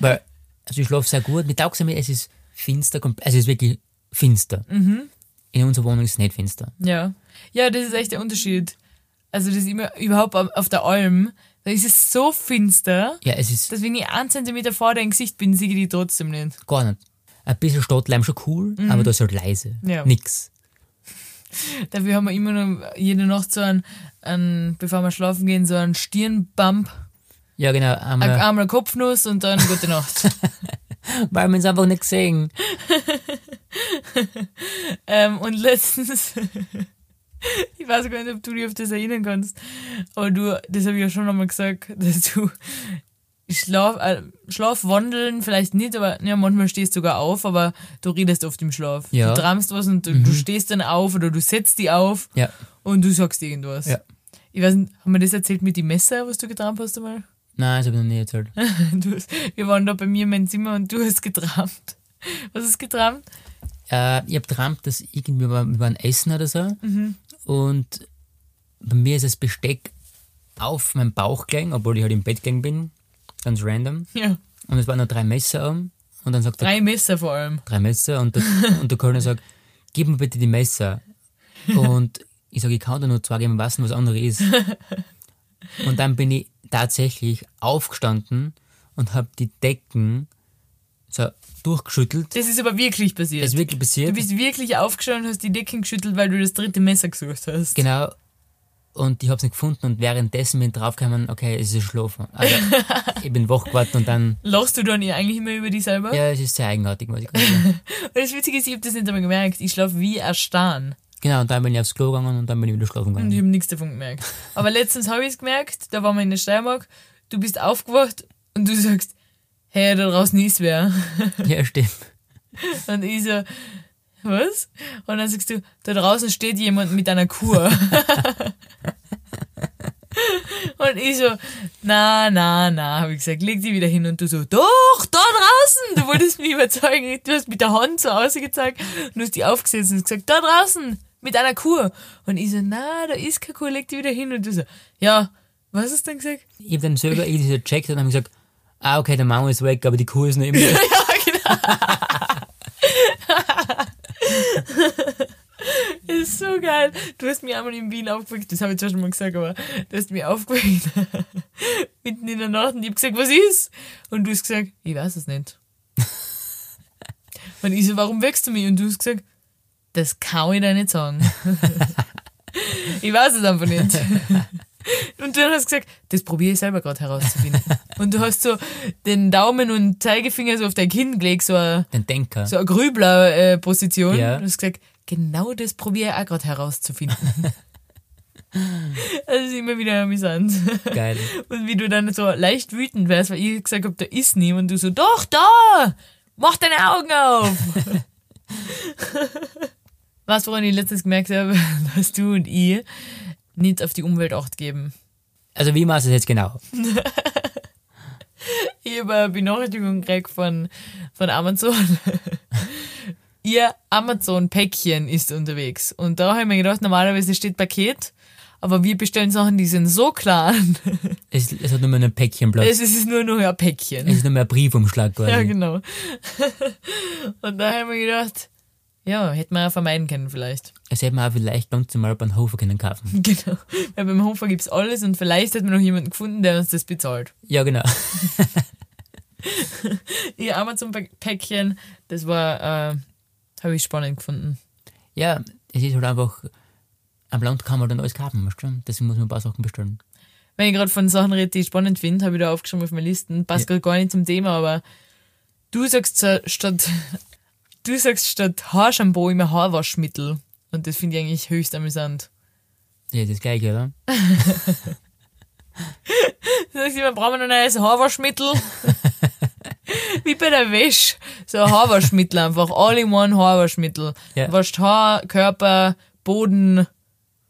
Speaker 3: Weil Also ich schlafe sehr gut. Mir taugt es es ist finster, komp- also es ist wirklich finster. In unserer Wohnung ist es nicht finster.
Speaker 4: Ja. Ja, das ist echt der Unterschied. Also das ist immer überhaupt am- auf der Alm, da ist es so finster,
Speaker 3: Ja, es ist
Speaker 4: dass wenn ich einen Zentimeter vor dein Gesicht bin, sehe ich die trotzdem nicht.
Speaker 3: gar nicht. Ein bisschen Stadtlärm schon cool, aber da ist halt leise.
Speaker 4: Ja.
Speaker 3: Nix.
Speaker 4: Dafür haben wir immer noch jede Nacht so einen, einen bevor wir schlafen gehen, so einen Stirnbump,
Speaker 3: Ja, genau.
Speaker 4: ein-
Speaker 3: Einmal,
Speaker 4: einmal Kopfnuss und dann gute Nacht.
Speaker 3: weil wir es einfach nicht gesehen.
Speaker 4: Ähm, und letztens, (laughs) ich weiß gar nicht, ob du dich auf das erinnern kannst, aber du, das habe ich ja schon einmal gesagt, (laughs) dass du Schlaf, äh, Schlafwandeln vielleicht nicht, aber ja, manchmal stehst du sogar auf, aber du redest oft im Schlaf.
Speaker 3: Ja. Mhm.
Speaker 4: Du träumst was und du, du stehst dann auf oder du setzt die auf
Speaker 3: Ja.
Speaker 4: und du sagst irgendwas.
Speaker 3: Ja.
Speaker 4: Ich weiß nicht, haben wir das erzählt mit dem Messer, was du geträumt hast einmal? (laughs)
Speaker 3: Nein, das habe ich noch nie erzählt.
Speaker 4: Du hast, wir waren da bei mir in meinem Zimmer und du hast geträumt. Was hast du geträumt?
Speaker 3: Äh, ich habe geträumt, dass irgendwie wir, wir waren essen oder so.
Speaker 4: Mhm.
Speaker 3: Und bei mir ist das Besteck auf meinem Bauch gelegen, obwohl ich halt im Bett gelegen bin. Ganz random.
Speaker 4: Ja.
Speaker 3: Und es waren noch drei Messer am. Und dann sagt er,
Speaker 4: Drei Messer vor allem.
Speaker 3: drei Messer. Und
Speaker 4: (laughs)
Speaker 3: der, und der Kölner sagt, gib mir bitte die Messer. Und ich sage, ich kann da nur zwei geben, was was andere ist.
Speaker 4: (laughs)
Speaker 3: Und dann bin ich tatsächlich aufgestanden und habe die Decken so durchgeschüttelt.
Speaker 4: Das ist aber wirklich passiert.
Speaker 3: Das ist wirklich passiert.
Speaker 4: Du bist wirklich aufgestanden und hast die Decken geschüttelt, weil du das dritte Messer gesucht hast.
Speaker 3: Genau. Und ich hab's nicht gefunden und währenddessen bin ich draufgekommen, okay, es ist Schlafen.
Speaker 4: (laughs)
Speaker 3: Also, ich bin wach geworden und dann,
Speaker 4: Lachst du dann eigentlich immer über dich selber?
Speaker 3: ja, es ist sehr eigenartig, muss ich sagen.
Speaker 4: Und das Witzige ist, ich habe das nicht einmal gemerkt. Ich schlafe wie erstarren.
Speaker 3: Genau, und dann bin ich aufs Klo gegangen und dann bin ich wieder schlafen
Speaker 4: Und ich
Speaker 3: gegangen.
Speaker 4: habe nichts
Speaker 3: (laughs)
Speaker 4: davon gemerkt. Aber letztens habe ich es gemerkt, da waren wir in der Steiermark, du bist aufgewacht und du sagst, hey, da draußen ist wer.
Speaker 3: Ja, stimmt.
Speaker 4: (laughs) Und ich so, was? Und dann sagst du, da draußen steht jemand mit einer Kur. (laughs) und ich so, na, na, na, habe ich gesagt, leg die wieder hin. Und du so, doch, da draußen. Du wolltest mich überzeugen. Du hast mit der Hand so ausgezeigt und du hast die aufgesetzt und gesagt, da draußen, mit einer Kur. Und ich so, na, da ist keine Kur, leg die wieder hin. Und du so, ja, was hast du denn gesagt?
Speaker 3: Ich hab dann selber irgendwie so gecheckt und hab gesagt, ah, okay, der Mauer ist weg, aber die Kuh ist noch immer. (laughs) da.
Speaker 4: (laughs) ja, genau. ist so geil. Du hast mich einmal in Wien aufgeweckt, das habe ich zwar schon mal gesagt, aber du hast mich aufgeweckt. (laughs) Mitten in der Nacht und ich habe gesagt, was ist? Und du hast gesagt, ich weiß es nicht. und ich so, warum weckst du mich? Und du hast gesagt, das kann ich dir nicht sagen. ich weiß es einfach nicht. Und dann hast du gesagt, das probiere ich selber gerade herauszufinden. Und du hast so den Daumen und Zeigefinger so auf dein Kinn gelegt, so eine,
Speaker 3: Den Denker.
Speaker 4: so eine Grübler-Position.
Speaker 3: Ja.
Speaker 4: Und hast gesagt, genau das probiere ich auch gerade herauszufinden. Das ist immer wieder amüsant.
Speaker 3: Geil.
Speaker 4: Und wie du dann so leicht wütend wärst, weil ich gesagt habe, da ist niemand. Und du so, doch, da! Mach deine Augen auf! (laughs) Was, woran ich letztens gemerkt habe, (laughs) dass du und ich nicht auf die Umwelt acht geben.
Speaker 3: Also, wie machst du das jetzt genau?
Speaker 4: Ich habe eine Benachrichtigung gekriegt von, von Amazon. (laughs) Ihr Amazon-Päckchen ist unterwegs. Und da habe ich mir gedacht, normalerweise steht Paket, aber wir bestellen Sachen, die sind so (laughs) klein.
Speaker 3: Es, es hat nur mehr ein Päckchen Platz.
Speaker 4: Es ist nur noch ein Päckchen. (laughs)
Speaker 3: Es ist nur mehr ein Briefumschlag quasi.
Speaker 4: Ja, genau. (laughs) Und da habe ich mir gedacht, ja, hätte man ja vermeiden können vielleicht. (laughs)
Speaker 3: Es hätte man auch vielleicht ganz normal beim Hofer können kaufen.
Speaker 4: Genau. Weil beim Hofer gibt's alles und vielleicht hat man noch jemanden gefunden, der uns das bezahlt.
Speaker 3: Ja, genau.
Speaker 4: Ihr Amazon-Päckchen, das war, äh, habe ich spannend gefunden.
Speaker 3: Ja, es ist halt einfach, am Land kann man dann alles kaufen, weißt du? Deswegen muss man ein paar Sachen bestellen.
Speaker 4: Wenn ich gerade von Sachen rede, die ich spannend finde, habe ich da aufgeschrieben auf meine Listen. Passt grad gar nicht zum Thema, aber du sagst so, statt (laughs) du sagst statt Haarshampoo immer Haarwaschmittel. Und das finde ich eigentlich höchst amüsant.
Speaker 3: Ja, das gleiche, oder?
Speaker 4: Du sagst immer, brauchen wir noch ein neues Haarwaschmittel? (laughs) Wie bei der Wäsche. So ein Haarwaschmittel einfach. All-in-one Haarwaschmittel.
Speaker 3: Ja.
Speaker 4: Wascht Haar, Körper, Boden,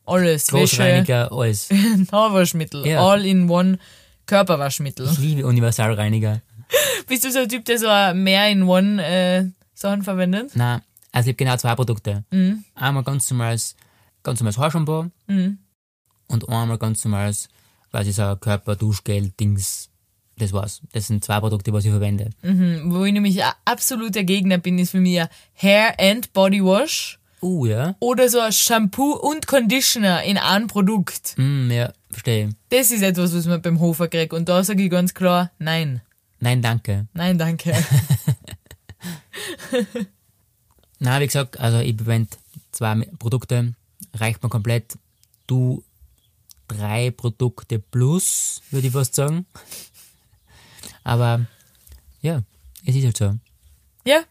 Speaker 4: alles. Wäsche,
Speaker 3: Großreiniger, alles.
Speaker 4: (laughs) Haarwaschmittel.
Speaker 3: Ja.
Speaker 4: All-in-one Körperwaschmittel.
Speaker 3: Ich liebe Universalreiniger.
Speaker 4: Bist du so ein Typ, der so mehr in One äh, Sachen verwendet?
Speaker 3: Nein, also ich habe genau zwei Produkte. Einmal ganz normales, ganz normales Haarshampoo und einmal ganz normales, quasi so ein Körper, Duschgel, Dings, Das war's. Das sind zwei Produkte, was ich verwende.
Speaker 4: Mhm, wo ich nämlich a- absoluter Gegner bin, ist für mich ein Hair and Body Wash
Speaker 3: Uh, ja.
Speaker 4: oder so ein Shampoo und Conditioner in einem Produkt.
Speaker 3: Mm, ja, verstehe.
Speaker 4: Das ist etwas, was man beim Hofer kriegt. Und da sage ich ganz klar, nein.
Speaker 3: Nein, danke.
Speaker 4: Nein, (laughs) danke.
Speaker 3: Na, wie gesagt, also ich verwende zwei Me- Produkte, reicht mir komplett. Du drei Produkte plus, würde ich fast sagen. Aber ja, es ist halt so.
Speaker 4: ja.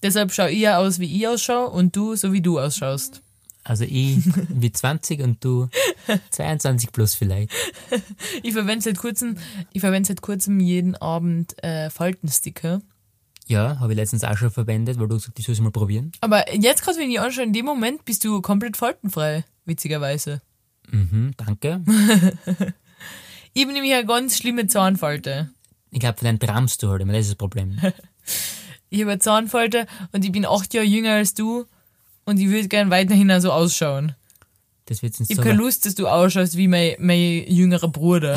Speaker 4: Deshalb schaue ich ja aus, wie ich ausschaue und du so, wie du ausschaust.
Speaker 3: Also
Speaker 4: (laughs)
Speaker 3: ich wie 20 und du 22 plus vielleicht.
Speaker 4: Ich verwende seit kurzem, ich verwende seit kurzem jeden Abend äh, Faltensticker.
Speaker 3: Ja, habe ich letztens auch schon verwendet, weil du gesagt hast, ich soll es mal probieren.
Speaker 4: Aber jetzt gerade, wenn ich anschaue, in dem Moment bist du komplett faltenfrei, witzigerweise.
Speaker 3: Mhm, danke.
Speaker 4: Ich habe nämlich eine ganz schlimme Zahnfalte.
Speaker 3: Ich glaube, dann trampst du halt immer, das ist das Problem.
Speaker 4: Ich habe eine Zahnfalte und ich bin acht Jahre jünger als du und ich würde gern weiterhin auch so ausschauen.
Speaker 3: Das wird
Speaker 4: Ich
Speaker 3: jetzt
Speaker 4: habe keine
Speaker 3: so.
Speaker 4: Lust, dass du ausschaust wie mein, mein
Speaker 3: (laughs)
Speaker 4: jüngerer Bruder.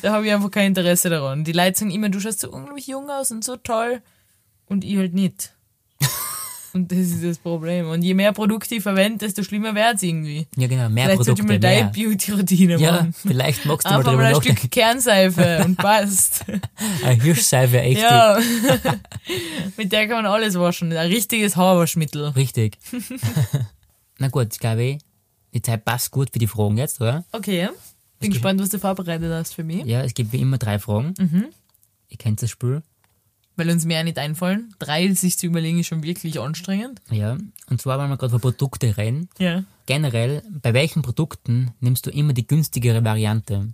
Speaker 4: da habe ich einfach kein Interesse daran. Die Leute sagen immer, du schaust so unglaublich jung aus und so toll und ich halt
Speaker 3: (laughs)
Speaker 4: nicht. Und das ist das Problem. Und je mehr Produkte ich verwende, desto schlimmer wird's irgendwie.
Speaker 3: Ja, genau, mehr
Speaker 4: Vielleicht
Speaker 3: Produkte.
Speaker 4: sollte ich mal
Speaker 3: mehr.
Speaker 4: deine Beauty-Routine
Speaker 3: ja,
Speaker 4: machen.
Speaker 3: vielleicht magst du mal
Speaker 4: Einfach
Speaker 3: drüber
Speaker 4: mal ein
Speaker 3: nachdenken.
Speaker 4: Stück Kernseife und passt.
Speaker 3: Eine Hirschseife, echt.
Speaker 4: ja. (laughs) Mit der kann man alles waschen. Ein richtiges Haarwaschmittel.
Speaker 3: Richtig. (laughs) Na gut, ich glaube, die Zeit passt gut für die Fragen jetzt, oder?
Speaker 4: Okay. Bin gespannt, was du vorbereitet hast für mich.
Speaker 3: Ja, es gibt wie immer drei Fragen.
Speaker 4: Mhm.
Speaker 3: Ihr kennt das Spiel.
Speaker 4: Weil uns mehr nicht einfallen. Drei sich zu überlegen ist schon wirklich anstrengend.
Speaker 3: Ja. Und zwar, wenn wir gerade über Produkte reden.
Speaker 4: Ja.
Speaker 3: Generell, bei welchen Produkten nimmst du immer die günstigere Variante?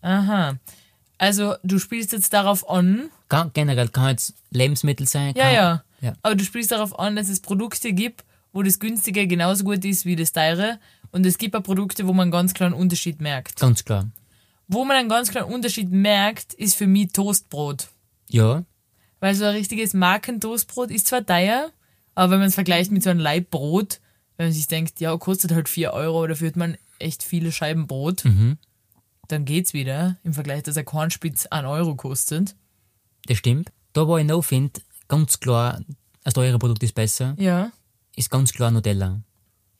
Speaker 4: Aha. Also, du spielst jetzt darauf an.
Speaker 3: Kann, generell kann jetzt Lebensmittel sein.
Speaker 4: Ja,
Speaker 3: kann,
Speaker 4: ja,
Speaker 3: Ja.
Speaker 4: Aber du spielst darauf an, dass es Produkte gibt, wo das günstige genauso gut ist wie das teure. Und es gibt auch Produkte, wo man ganz klar einen Unterschied merkt.
Speaker 3: Ganz klar.
Speaker 4: Wo man einen ganz klaren Unterschied merkt, ist für mich Toastbrot.
Speaker 3: Ja,
Speaker 4: Weil so ein richtiges Markentoastbrot ist zwar teuer, aber wenn man es vergleicht mit so einem Leibbrot, wenn man sich denkt, ja, kostet halt 4 Euro, dafür hat man echt viele Scheiben Brot, dann geht's wieder im Vergleich, dass ein Kornspitz 1 Euro kostet.
Speaker 3: das stimmt. Da, wo ich noch finde, ganz klar, das teure Produkt ist besser,
Speaker 4: Ja.
Speaker 3: ist ganz klar Nutella.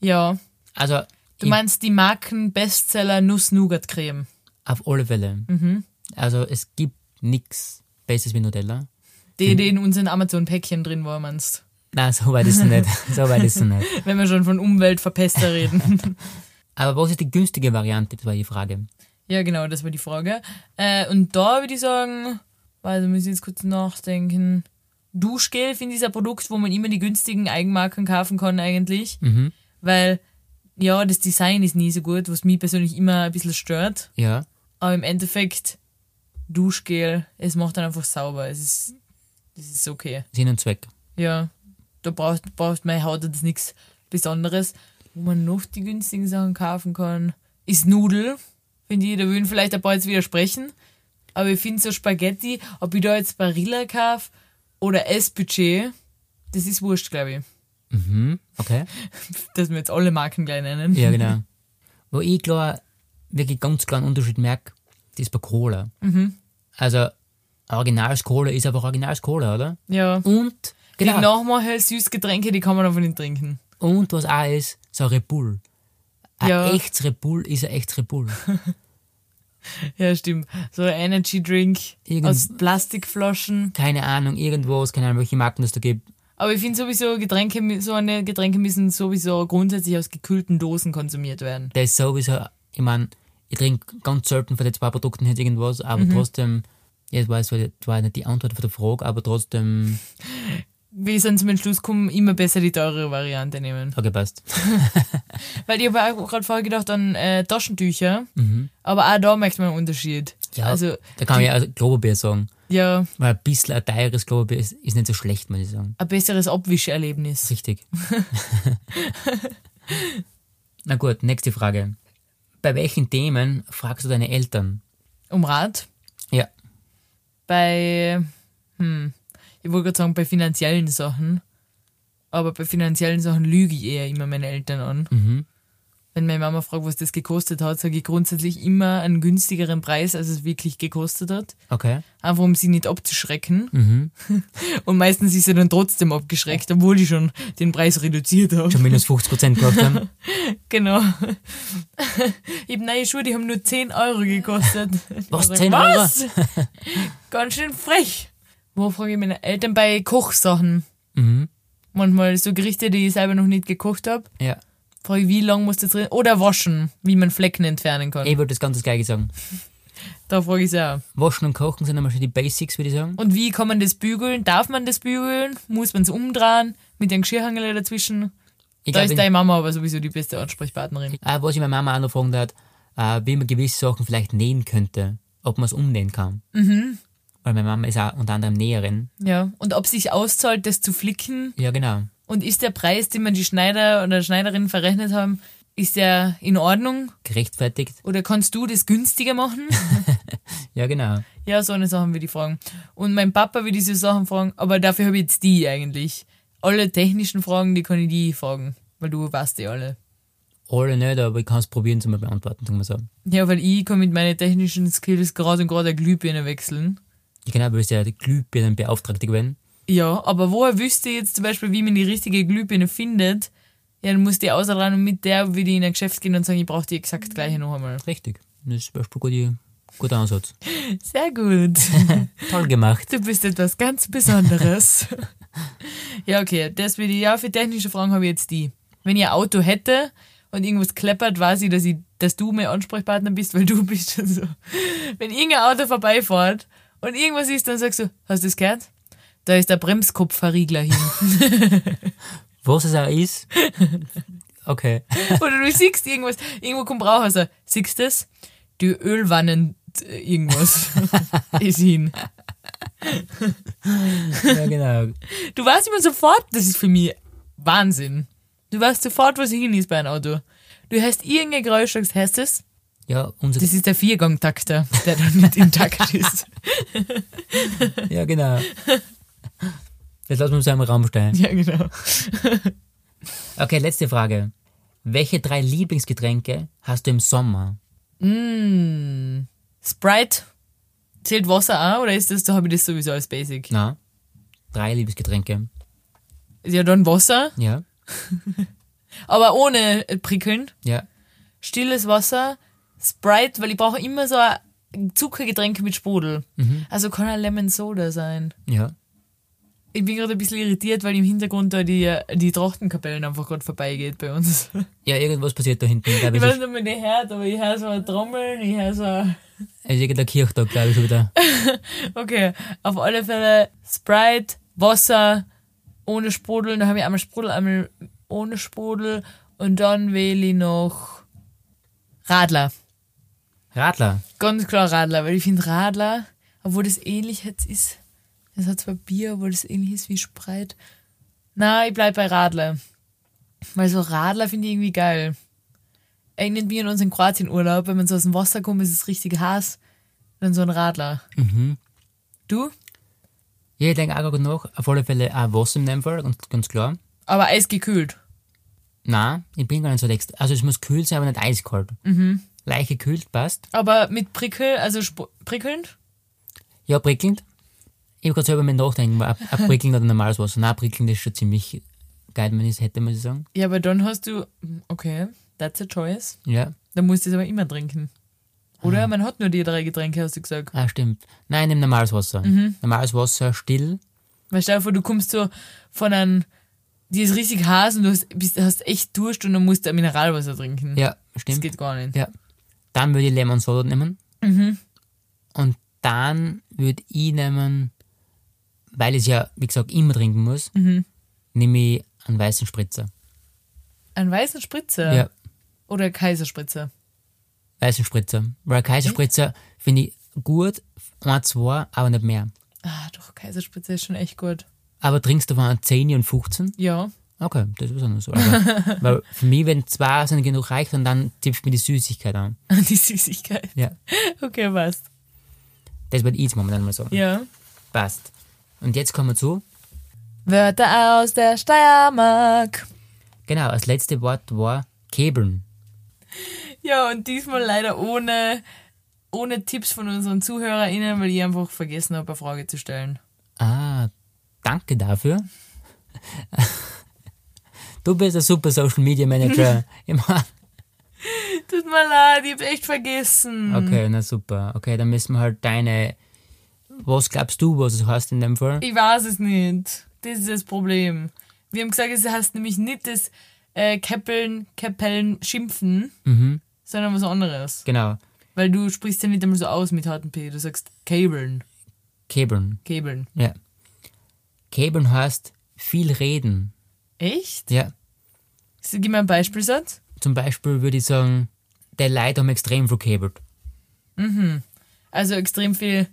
Speaker 4: Ja.
Speaker 3: Also,
Speaker 4: Du meinst die Marken-Bestseller Nuss-Nougat-Creme.
Speaker 3: auf alle Fälle.
Speaker 4: Mhm.
Speaker 3: Also, es gibt nichts Besseres wie Nutella.
Speaker 4: Die, die in unseren Amazon-Päckchen drin war, meinst
Speaker 3: Nein, so weit ist es nicht. (laughs) So weit ist es nicht.
Speaker 4: Wenn wir schon von Umweltverpester reden.
Speaker 3: Aber was ist die günstige Variante? Das war die Frage.
Speaker 4: Ja, genau, das war die Frage. Äh, und da würde ich sagen, also muss ich jetzt kurz nachdenken. Duschgel finde ich ein Produkt, wo man immer die günstigen Eigenmarken kaufen kann eigentlich. Weil, ja, das Design ist nie so gut, was mich persönlich immer ein bisschen stört.
Speaker 3: Ja.
Speaker 4: Aber im Endeffekt, Duschgel, es macht dann einfach sauber. Es ist, es ist okay.
Speaker 3: Sinn und Zweck.
Speaker 4: Ja, da braucht, braucht meine Haut jetzt nichts Besonderes. Wo man noch die günstigen Sachen kaufen kann, ist Nudel. Finde ich, da würden vielleicht ein paar jetzt widersprechen. Aber ich finde so Spaghetti, ob ich da jetzt Barilla kaufe oder S-Budget, das ist wurscht, glaube
Speaker 3: Mhm. Okay.
Speaker 4: ich. Dass wir jetzt alle Marken gleich nennen.
Speaker 3: Ja, genau. Wo ich klar, wirklich ganz klar einen Unterschied merke, das ist bei Cola. Also, originales Cola ist einfach originales Cola, oder?
Speaker 4: Ja.
Speaker 3: Und,
Speaker 4: Die
Speaker 3: genau.
Speaker 4: Nachmache, Süßgetränke, die kann man einfach nicht trinken.
Speaker 3: Und was auch ist, so Red Bull. Ein
Speaker 4: Ja.
Speaker 3: echtes Red Bull ist ein echtes Red Bull.
Speaker 4: Ja, stimmt. So ein Energy Drink
Speaker 3: Irgend-
Speaker 4: aus Plastikflaschen.
Speaker 3: Keine Ahnung, irgendwo, keine Ahnung, welche Marken das da gibt.
Speaker 4: Aber ich finde sowieso, Getränke, so eine Getränke müssen sowieso grundsätzlich aus gekühlten Dosen konsumiert werden.
Speaker 3: Das ist sowieso, ich meine, ich trinke ganz selten von den zwei Produkten jetzt irgendwas, aber
Speaker 4: Mhm.
Speaker 3: trotzdem, jetzt weiß ich zwar nicht die Antwort von der Frage, aber trotzdem,
Speaker 4: Wir sind zum Entschluss gekommen, immer besser die teurere Variante nehmen.
Speaker 3: okay, passt.
Speaker 4: Weil ich habe auch gerade vorher gedacht an äh, Taschentücher, aber auch da merkt man einen Unterschied.
Speaker 3: Ja,
Speaker 4: (laughs) Also,
Speaker 3: da kann ich auch Globerbier sagen,
Speaker 4: ja,
Speaker 3: weil ein bisschen ein teures Globerbier ist, ist nicht so schlecht, muss ich sagen.
Speaker 4: ein besseres Abwischerlebnis. (laughs)
Speaker 3: Richtig. (laughs) Na gut, nächste Frage. Bei welchen Themen fragst du deine Eltern?
Speaker 4: Um Rat,
Speaker 3: Ja,
Speaker 4: bei, hm, ich wollte gerade sagen, bei finanziellen Sachen, aber bei finanziellen Sachen lüge ich eher immer meine Eltern an. Wenn meine Mama fragt, was das gekostet hat, sage ich grundsätzlich immer einen günstigeren Preis, als es wirklich gekostet hat.
Speaker 3: Okay.
Speaker 4: Einfach um sie nicht abzuschrecken. (laughs) Und meistens ist sie dann trotzdem abgeschreckt, obwohl ich schon den Preis reduziert habe.
Speaker 3: Schon minus 50% gekauft
Speaker 4: (laughs)
Speaker 3: haben.
Speaker 4: Genau. Ich habe neue Schuhe, die haben nur 10 Euro gekostet.
Speaker 3: (laughs) Was,
Speaker 4: Ich sag,
Speaker 3: 10 Euro?
Speaker 4: was? (laughs) Ganz schön frech. Wo frage ich meine Eltern bei Kochsachen?
Speaker 3: Mhm.
Speaker 4: Manchmal so Gerichte, die ich selber noch nicht gekocht habe.
Speaker 3: Ja.
Speaker 4: Frage ich, wie lange muss das drin? Oder waschen, wie man Flecken entfernen kann.
Speaker 3: Ich wollte das ganze Gleiche sagen.
Speaker 4: Da frage ich sie auch.
Speaker 3: Waschen und Kochen sind einmal schon die Basics, würde ich sagen.
Speaker 4: Und wie kann man das bügeln? Darf man das bügeln? Muss man es umdrehen? Mit den Geschirrhangel dazwischen?
Speaker 3: Ich
Speaker 4: Da
Speaker 3: glaub,
Speaker 4: ist
Speaker 3: in-
Speaker 4: deine Mama aber sowieso die beste Ansprechpartnerin.
Speaker 3: Äh, was ich meine Mama auch noch gefragt hat, äh, wie man gewisse Sachen vielleicht nähen könnte, ob man es umnähen kann.
Speaker 4: Mhm.
Speaker 3: Weil meine Mama ist auch unter anderem Näherin.
Speaker 4: Ja. Und ob sich auszahlt, das zu flicken?
Speaker 3: Ja, genau.
Speaker 4: Und ist der Preis, den man die Schneider oder Schneiderin verrechnet haben, ist der in Ordnung?
Speaker 3: Gerechtfertigt.
Speaker 4: Oder kannst du das günstiger (laughs) machen?
Speaker 3: Ja, genau.
Speaker 4: ja, so eine Sachen würde ich fragen. Und mein Papa würde diese Sachen fragen, aber dafür habe ich jetzt die eigentlich. Alle technischen Fragen, die kann ich die fragen, weil du weißt die alle.
Speaker 3: Alle nicht, aber ich kann es probieren zu beantworten, sagen wir so.
Speaker 4: Ja, weil ich kann mit meinen technischen Skills gerade und gerade eine Glühbirne wechseln.
Speaker 3: Ich genau, willst ja die Glühbirnenbeauftragte werden.
Speaker 4: Ja, aber woher wüsste ich jetzt zum Beispiel, wie man die richtige Glühbirne findet? Ja, dann muss die ausran und mit der würde ich in ein Geschäft gehen und sagen, ich brauche die exakt gleiche noch einmal.
Speaker 3: Richtig. Das ist zum Beispiel ein guter, guter Ansatz.
Speaker 4: Sehr gut.
Speaker 3: Toll gemacht.
Speaker 4: Du bist etwas ganz Besonderes. (laughs) ja, okay. Das würde ich, ja, für technische Fragen habe ich jetzt die. Wenn ich ein Auto hätte und irgendwas kleppert, weiß ich, dass, ich, dass du mein Ansprechpartner bist, weil du bist schon so. Wenn irgendein Auto vorbeifährt und irgendwas ist, dann sagst du, hast du das gehört? Da ist der Bremskopfverriegler (laughs) hin.
Speaker 3: Was es auch
Speaker 4: (laughs)
Speaker 3: ist. Okay.
Speaker 4: Oder du siehst irgendwas, irgendwo kommt Brauhauser. Siehst du das? Die Ölwannen äh, (laughs) irgendwas ist hin.
Speaker 3: Ja, genau.
Speaker 4: Du weißt immer sofort, das ist für mich Wahnsinn. Du weißt sofort, was hin ist bei einem Auto. Du hörst irgendein Geräusch, sagst, hörst du das?
Speaker 3: Ja, unser,
Speaker 4: Das ist der Viergangtakter, der dann nicht intakt ist.
Speaker 3: ja,
Speaker 4: (laughs)
Speaker 3: genau. Jetzt lassen wir uns einmal im Raum stehen.
Speaker 4: Ja, genau.
Speaker 3: Okay, letzte Frage. Welche drei Lieblingsgetränke hast du im Sommer?
Speaker 4: Mm. Sprite, zählt Wasser an oder ist das, da habe ich das sowieso als Basic?
Speaker 3: Na, drei Lieblingsgetränke.
Speaker 4: Ja, dann Wasser,
Speaker 3: Ja,
Speaker 4: aber ohne Prickeln.
Speaker 3: ja.
Speaker 4: Stilles Wasser, Sprite, weil ich brauche immer so ein Zuckergetränk mit Sprudel. Also kann ein Lemon Soda sein.
Speaker 3: Ja.
Speaker 4: Ich bin gerade ein bisschen irritiert, weil im Hintergrund da die, die Trachtenkapellen einfach gerade vorbeigeht bei uns.
Speaker 3: Ja, irgendwas passiert da hinten, (laughs) glaube
Speaker 4: Ich
Speaker 3: ich.
Speaker 4: weiß nicht, ob man die hört, aber ich höre so ein Trommeln, ich höre so ein
Speaker 3: Also irgendein Kirchtag, glaube ich, schon wieder.
Speaker 4: Okay, auf alle Fälle Sprite, Wasser, ohne Sprudel. Dann habe ich einmal Sprudel, einmal ohne Sprudel. Und dann wähle ich noch Radler.
Speaker 3: Radler.
Speaker 4: Ganz klar Radler, weil ich finde Radler, obwohl das ähnlich jetzt ist, das hat zwar Bier, obwohl das ähnlich ist wie Spreit. Na, ich bleib bei Radler. Weil so Radler finde ich irgendwie geil. Erinnert mich an unseren Kroatien-Urlaub, wenn man so aus dem Wasser kommt, ist es richtig heiß. Dann so ein Radler.
Speaker 3: Mhm.
Speaker 4: Du?
Speaker 3: Ja, ich denke auch gerade noch, auf alle Fälle auch Wasser in dem Fall, ganz, ganz klar.
Speaker 4: Aber eisgekühlt.
Speaker 3: Na, ich bin gar nicht so dext. Also es muss kühl sein, aber nicht eiskalt. Mhm. Leicht gekühlt, passt.
Speaker 4: Aber mit Prickel, also sp- prickelnd?
Speaker 3: Ja, prickelnd. Ich habe gerade selber mir nachdenken, ob ob prickelnd oder normales Wasser. Na, prickelnd ist schon ziemlich geil, wenn ich es hätte, muss ich sagen.
Speaker 4: Ja, aber dann hast du, okay, that's a choice.
Speaker 3: Ja.
Speaker 4: Dann musst du es aber immer trinken. Oder? Man hat nur die drei Getränke, hast du gesagt.
Speaker 3: Ah, stimmt. Nein, nimm normales Wasser. Normales Wasser, still.
Speaker 4: Weil stell dir vor, du kommst so von einem, die ist richtig heiß und du hast, bist, hast echt Durst und dann musst du ein Mineralwasser trinken.
Speaker 3: Ja,
Speaker 4: Das
Speaker 3: stimmt.
Speaker 4: geht gar nicht.
Speaker 3: Ja. Dann würde ich Lemon Soda nehmen. Und dann würde ich nehmen, weil ich es ja, wie gesagt, immer trinken muss, nehme ich einen weißen Spritzer.
Speaker 4: Einen weißen Spritzer
Speaker 3: Ja,
Speaker 4: oder Kaiserspritzer.
Speaker 3: weißen Spritzer. Weil Kaiserspritzer finde ich gut, ein, zwei, aber nicht mehr.
Speaker 4: Ah, doch, Kaiserspritzer ist schon echt gut.
Speaker 3: Aber trinkst du von einem 10 und 15?
Speaker 4: Ja. (laughs)
Speaker 3: Okay, das ist was anderes. Aber, weil für mich, wenn zwei sind genug reicht, und dann tippst du mir die Süßigkeit an.
Speaker 4: Die Süßigkeit.
Speaker 3: Ja.
Speaker 4: Okay, passt.
Speaker 3: Das würde ich jetzt momentan mal sagen.
Speaker 4: Ja.
Speaker 3: Passt. Und jetzt kommen wir zu,
Speaker 4: Wörter aus der Steiermark.
Speaker 3: genau, das letzte Wort war Kebeln.
Speaker 4: Ja, und diesmal leider ohne, ohne Tipps von unseren ZuhörerInnen, weil ich einfach vergessen habe, eine Frage zu stellen. (laughs)
Speaker 3: Ah, danke dafür. (laughs) Du bist ein super Social Media Manager. Immer.
Speaker 4: Tut mir leid, ich hab's echt vergessen.
Speaker 3: Okay, na super. Okay, dann müssen wir halt deine. Was glaubst du, was es heißt in dem Fall?
Speaker 4: Ich weiß es nicht. Das ist das Problem. Wir haben gesagt, es heißt nämlich nicht das äh, Keppeln, Keppeln schimpfen,
Speaker 3: Mhm.
Speaker 4: sondern was anderes.
Speaker 3: Genau.
Speaker 4: Weil du sprichst ja nicht einmal so aus mit harten P. Du sagst Cabeln.
Speaker 3: Cabeln.
Speaker 4: Cabeln.
Speaker 3: Ja. Cabeln heißt viel reden.
Speaker 4: Echt?
Speaker 3: Ja.
Speaker 4: So, Gib mir einen Beispielsatz.
Speaker 3: Zum Beispiel würde ich sagen, der Leid haben extrem viel cabelt.
Speaker 4: Also extrem viel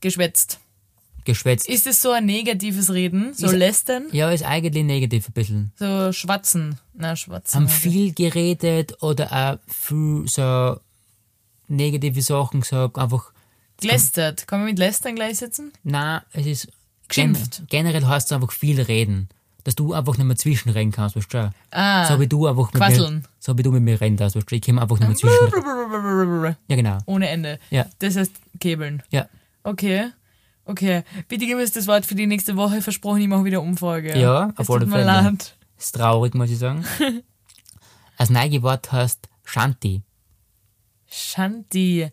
Speaker 4: geschwätzt.
Speaker 3: Geschwätzt.
Speaker 4: Ist es so ein negatives Reden? So
Speaker 3: Ist-
Speaker 4: lästern?
Speaker 3: ja, ist eigentlich negativ ein bisschen.
Speaker 4: So schwatzen? Na, schwatzen.
Speaker 3: haben
Speaker 4: halt.
Speaker 3: viel geredet oder auch viel so negative Sachen gesagt, einfach,
Speaker 4: Gelästert. Kann man mit lästern gleichsetzen?
Speaker 3: na, es ist
Speaker 4: Geschimpft.
Speaker 3: Gen generell heißt es einfach viel reden, dass du einfach nicht mehr zwischenreden kannst, weißt du? schon.
Speaker 4: Ah.
Speaker 3: So wie du einfach mit
Speaker 4: Quasseln.
Speaker 3: mir, so wie du mit mir reden darfst, weißt du? Ich komme einfach nicht mehr
Speaker 4: (laughs)
Speaker 3: zwischen. Ja, genau.
Speaker 4: Ohne Ende.
Speaker 3: Ja,
Speaker 4: Das heißt Kebeln.
Speaker 3: ja,
Speaker 4: Okay. Okay. Bitte gib mir jetzt das Wort für die nächste Woche. Versprochen, ich mache wieder Umfrage.
Speaker 3: Ja,
Speaker 4: es
Speaker 3: auf
Speaker 4: tut
Speaker 3: alle
Speaker 4: mir
Speaker 3: Fälle.
Speaker 4: leid.
Speaker 3: ist traurig, muss ich
Speaker 4: (laughs)
Speaker 3: sagen. Als Neigewort heißt Shanti.
Speaker 4: Shanti.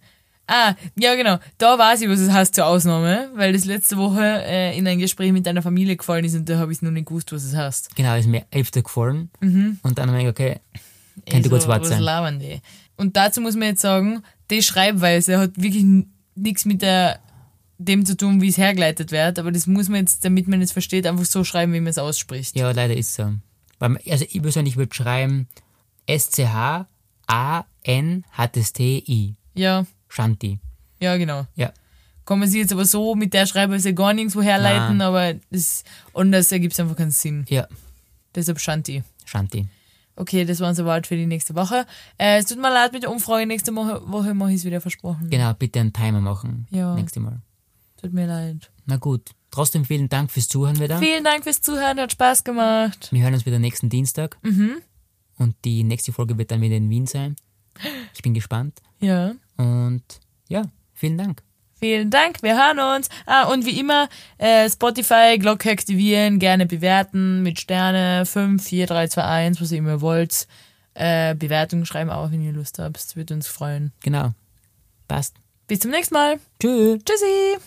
Speaker 4: Ah, ja genau. Da weiß ich, was es heißt zur Ausnahme, weil das letzte Woche äh, in ein Gespräch mit deiner Familie gefallen ist und da habe ich noch nicht gewusst, was es heißt.
Speaker 3: Genau, ist mir öfter gefallen. Und dann habe ich mir gedacht, okay, könnte
Speaker 4: Also,
Speaker 3: gut Wort
Speaker 4: Mhm. was
Speaker 3: sein.
Speaker 4: labern die? Und dazu muss man jetzt sagen, die Schreibweise hat wirklich n- nichts mit der, dem zu tun, wie es hergeleitet wird, aber das muss man jetzt, damit man es versteht, einfach so schreiben, wie man es ausspricht.
Speaker 3: Ja, leider ist so. Weil, man- also ich persönlich würde schreiben S-C-H-A-N-H-T-S-T-I.
Speaker 4: Ja,
Speaker 3: Shanti.
Speaker 4: ja, genau.
Speaker 3: Ja.
Speaker 4: Kann man sich jetzt aber so mit der Schreibweise gar nichts woher leiten,
Speaker 3: Nein.
Speaker 4: aber das, anders ergibt es einfach keinen Sinn.
Speaker 3: Ja,
Speaker 4: Deshalb Shanti.
Speaker 3: Shanti.
Speaker 4: Okay, das war unser Wort für die nächste Woche. Äh, es tut mir leid mit der Umfrage. Nächste Mo Woche mache ich es wieder versprochen.
Speaker 3: Genau, bitte einen Timer machen.
Speaker 4: Ja.
Speaker 3: Nächstes Mal.
Speaker 4: Tut mir leid.
Speaker 3: Na gut. Trotzdem vielen Dank fürs Zuhören wieder.
Speaker 4: Vielen Dank fürs Zuhören, hat Spaß gemacht.
Speaker 3: Wir hören uns wieder nächsten Dienstag.
Speaker 4: Mhm.
Speaker 3: Und die nächste Folge wird dann wieder in Wien sein. Ich bin gespannt.
Speaker 4: Ja.
Speaker 3: Und ja, vielen Dank.
Speaker 4: Vielen Dank, wir hören uns. Ah, und wie immer, äh, Spotify, Glocke aktivieren, gerne bewerten mit Sterne 5, 4, 3, 2, 1, was ihr immer wollt. Äh, Bewertungen schreiben auch, wenn ihr Lust habt. Das würde uns freuen.
Speaker 3: Genau. Passt.
Speaker 4: Bis zum nächsten Mal.
Speaker 3: Tschüss.
Speaker 4: Tschüssi.